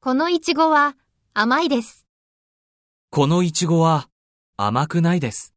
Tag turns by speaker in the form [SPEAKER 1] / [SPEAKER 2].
[SPEAKER 1] このいちごは甘いです。
[SPEAKER 2] このいちごは甘くないです。